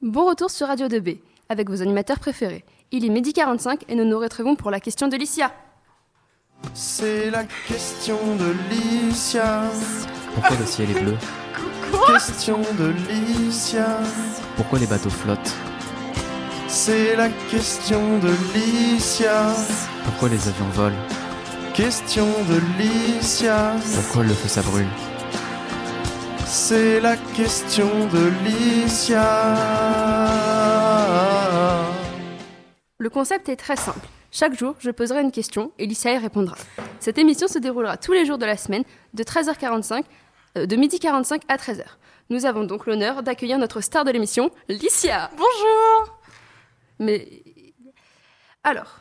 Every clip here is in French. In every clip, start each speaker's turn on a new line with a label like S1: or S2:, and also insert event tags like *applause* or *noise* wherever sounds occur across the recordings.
S1: Bon retour sur Radio 2B, avec vos animateurs préférés. Il est midi 45 et nous nous retrouvons pour la question de Licia.
S2: C'est la question de Licia.
S3: Pourquoi le ciel est bleu
S2: Question de Licia.
S3: Pourquoi les bateaux flottent
S2: C'est la question de Licia.
S3: Pourquoi les avions volent
S2: Question de Licia.
S3: Pourquoi le feu ça brûle
S2: C'est la question de Licia.
S1: Le concept est très simple. Chaque jour, je poserai une question et Licia y répondra. Cette émission se déroulera tous les jours de la semaine de 13h45 euh, de midi 45 à 13h. Nous avons donc l'honneur d'accueillir notre star de l'émission, Licia.
S4: Bonjour
S1: Mais alors,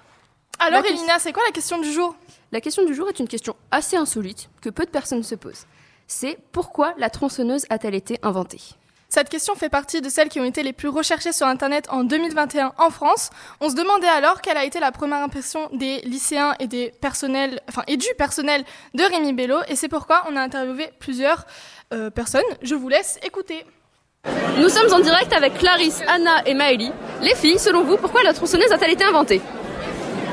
S4: Alors
S1: La
S4: Elina, c'est quoi la question du jour
S1: la question du jour est une question assez insolite que peu de personnes se posent. C'est pourquoi la tronçonneuse a-t-elle été inventée
S4: Cette question fait partie de celles qui ont été les plus recherchées sur Internet en 2021 en France. On se demandait alors quelle a été la première impression des lycéens et, des personnels, enfin, et du personnel de Rémi Bello. Et c'est pourquoi on a interviewé plusieurs euh, personnes. Je vous laisse écouter.
S1: Nous sommes en direct avec Clarisse, Anna et Maëlie. Les filles, selon vous, pourquoi la tronçonneuse a-t-elle été inventée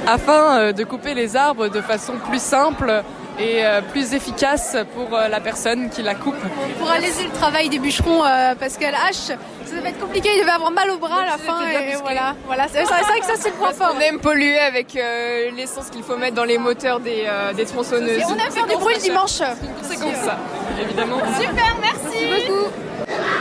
S5: afin euh, de couper les arbres de façon plus simple et euh, plus efficace pour euh, la personne qui la coupe.
S6: pour alléger le travail des bûcherons euh, parce qu'elle hache. Ça va être compliqué, il devait avoir mal au bras à la fin et voilà. voilà. C'est c'est vrai que ça c'est le point fort.
S7: On aime polluer avec euh, l'essence qu'il faut mettre dans les moteurs des, euh, des tronçonneuses.
S6: Et on aime faire des bruits le dimanche.
S5: C'est comme ça, évidemment.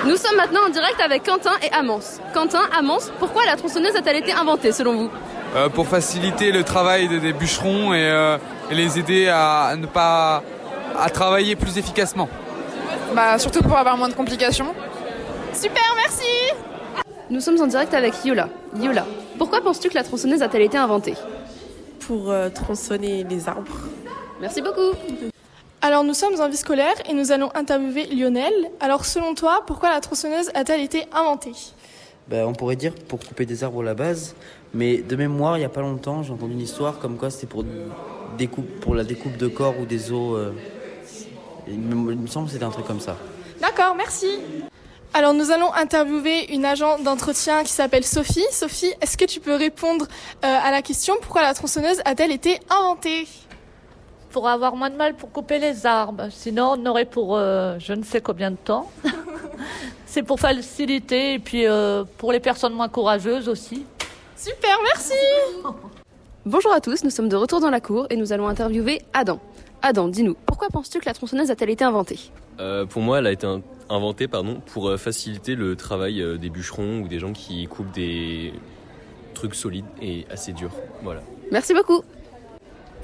S1: Nous sommes maintenant en direct avec Quentin et Amance. Quentin, Amance, pourquoi la tronçonneuse a-t-elle été inventée selon vous
S8: Euh, pour faciliter le travail des, des bûcherons et, euh, et les aider à, à ne pas à travailler plus efficacement.
S7: Bah, surtout pour avoir moins de complications.
S4: Super, merci
S1: Nous sommes en direct avec Yola. Yola, pourquoi penses-tu que la tronçonneuse a-t-elle été inventée
S9: pour euh, tronçonner les arbres.
S1: Merci beaucoup.
S4: Alors nous sommes en vie scolaire et nous allons interviewer Lionel. Alors selon toi, pourquoi la tronçonneuse a-t-elle été inventée
S10: Bah, on pourrait dire pour couper des arbres à la base, mais de mémoire, il n'y a pas longtemps, j'ai entendu une histoire comme quoi c'était pour, découpe, pour la découpe de corps ou des os. euh, Il me il me semble que c'était un truc comme ça.
S4: D'accord, merci. Alors nous allons interviewer une agent d'entretien qui s'appelle Sophie. Sophie, est-ce que tu peux répondre euh, à la question pourquoi la tronçonneuse a-t-elle été inventée
S11: Pour avoir moins de mal pour couper les arbres. Sinon, on aurait pour euh, je ne sais combien de temps. C'est pour faciliter et puis euh, pour les personnes moins courageuses aussi.
S4: Super, merci.
S1: Bonjour à tous, nous sommes de retour dans la cour et nous allons interviewer Adam. Adam, dis-nous, pourquoi penses-tu que la tronçonneuse a-t-elle été inventée
S12: Euh, pour moi, elle a été in- inventée pardon, pour euh, faciliter le travail euh, des bûcherons ou des gens qui coupent des trucs solides et assez durs. Voilà.
S1: Merci beaucoup.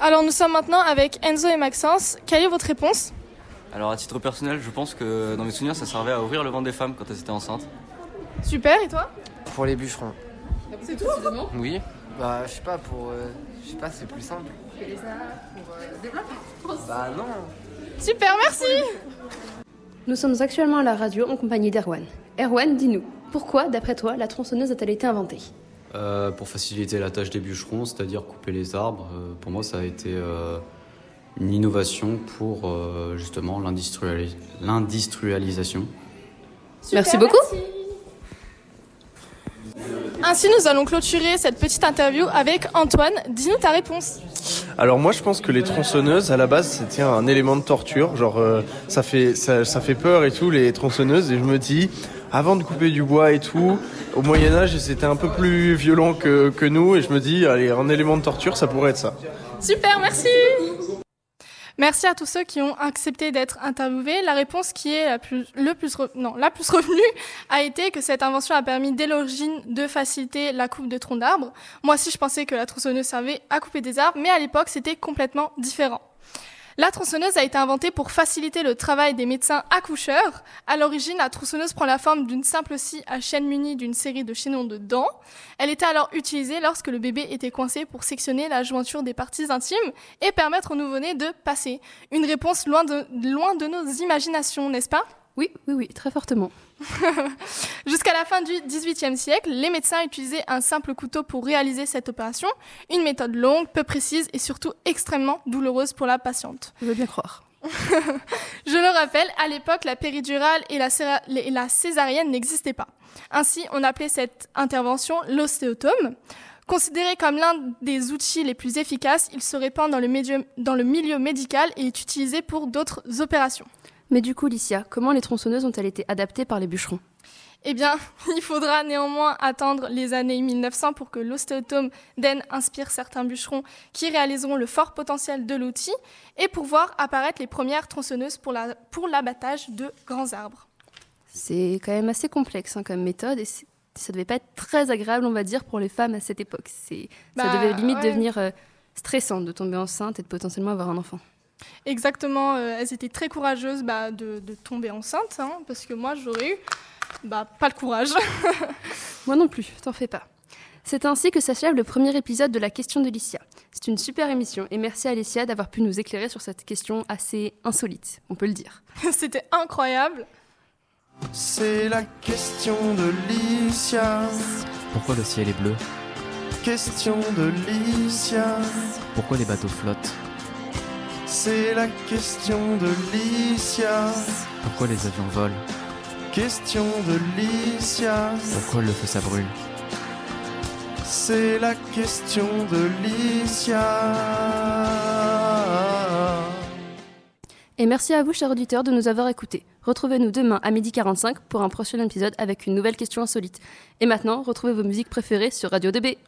S4: Alors nous sommes maintenant avec Enzo et Maxence. Quelle est votre réponse
S13: Alors à titre personnel, je pense que Euh, dans mes souvenirs, ça servait à ouvrir le ventre des femmes quand elles étaient enceintes.
S4: Super, et toi
S13: Pour les bûcherons.
S4: C'est tout
S13: Oui. Bah je sais pas pour, euh, je sais pas, c'est plus simple.
S4: euh,
S13: Bah non.
S4: Super, merci.
S1: Nous sommes actuellement à la radio en compagnie d'Erwan. Erwan, dis-nous, pourquoi, d'après toi, la tronçonneuse a-t-elle été inventée
S3: Euh, pour faciliter la tâche des bûcherons, c'est-à-dire couper les arbres, euh, pour moi ça a été euh, une innovation pour euh, justement l'industrialis- l'industrialisation.
S1: Merci beaucoup.
S4: Ainsi nous allons clôturer cette petite interview avec Antoine. Dis-nous ta réponse.
S2: Alors moi je pense que les tronçonneuses à la base c'était un élément de torture, genre euh, ça fait ça, ça fait peur et tout les tronçonneuses et je me dis avant de couper du bois et tout au Moyen Âge c'était un peu plus violent que, que nous et je me dis allez un élément de torture ça pourrait être ça.
S4: Super, merci. Merci à tous ceux qui ont accepté d'être interviewés. La réponse qui est la plus, le plus, re- non, la plus revenue a été que cette invention a permis dès l'origine de faciliter la coupe de troncs d'arbres. Moi aussi, je pensais que la tronçonneuse servait à couper des arbres, mais à l'époque, c'était complètement différent. La tronçonneuse a été inventée pour faciliter le travail des médecins accoucheurs. À l'origine, la tronçonneuse prend la forme d'une simple scie à chaîne munie d'une série de chaînons de dents. Elle était alors utilisée lorsque le bébé était coincé pour sectionner la jointure des parties intimes et permettre au nouveau-né de passer. Une réponse loin de, loin de nos imaginations, n'est-ce pas
S1: Oui, oui, oui, très fortement.
S4: Jusqu'à la fin du XVIIIe siècle, les médecins utilisaient un simple couteau pour réaliser cette opération, une méthode longue, peu précise et surtout extrêmement douloureuse pour la patiente.
S1: Je veux bien croire.
S4: *laughs* Je le rappelle, à l'époque, la péridurale et la, céra- et la césarienne n'existaient pas. Ainsi, on appelait cette intervention l'ostéotome. Considéré comme l'un des outils les plus efficaces, il se répand dans le, médium- dans le milieu médical et est utilisé pour d'autres opérations.
S1: Mais du coup, Licia, comment les tronçonneuses ont-elles été adaptées par les bûcherons
S4: Eh bien, *laughs* il faudra néanmoins attendre les années 1900 pour que l'ostéotome d'Aisne inspire certains bûcherons qui réaliseront le fort potentiel de l'outil et pour voir apparaître les premières tronçonneuses pour la- pour l'abattage de grands arbres.
S1: C'est quand même assez complexe hein, comme méthode et c'est- ça devait pas être très agréable, on va dire, pour les femmes à cette époque. C'est,
S4: Bah,
S1: ça devait limite
S4: ouais.
S1: devenir euh, stressant de tomber enceinte et de potentiellement avoir un enfant.
S4: Exactement, euh, elles étaient très courageuses bah, de, de tomber enceinte, hein, parce que moi j'aurais eu bah, pas le courage. *laughs*
S1: Moi non plus, t'en fais pas. C'est ainsi que s'achève le premier épisode de la question de Licia. C'est une super émission et merci à Licia d'avoir pu nous éclairer sur cette question assez insolite, on peut le dire.
S4: C'était incroyable.
S2: C'est la question de Licia.
S3: Pourquoi le ciel est bleu
S2: Question de Licia.
S3: Pourquoi les bateaux flottent
S2: C'est la question de Licia.
S3: Pourquoi les avions volent
S2: Question de Licia.
S3: Pourquoi le feu ça brûle
S2: C'est la question de Licia.
S1: Et merci à vous, chers auditeurs, de nous avoir écoutés. Retrouvez-nous demain à 12h45 pour un prochain épisode avec une nouvelle question insolite. Et maintenant, retrouvez vos musiques préférées sur Radio DB.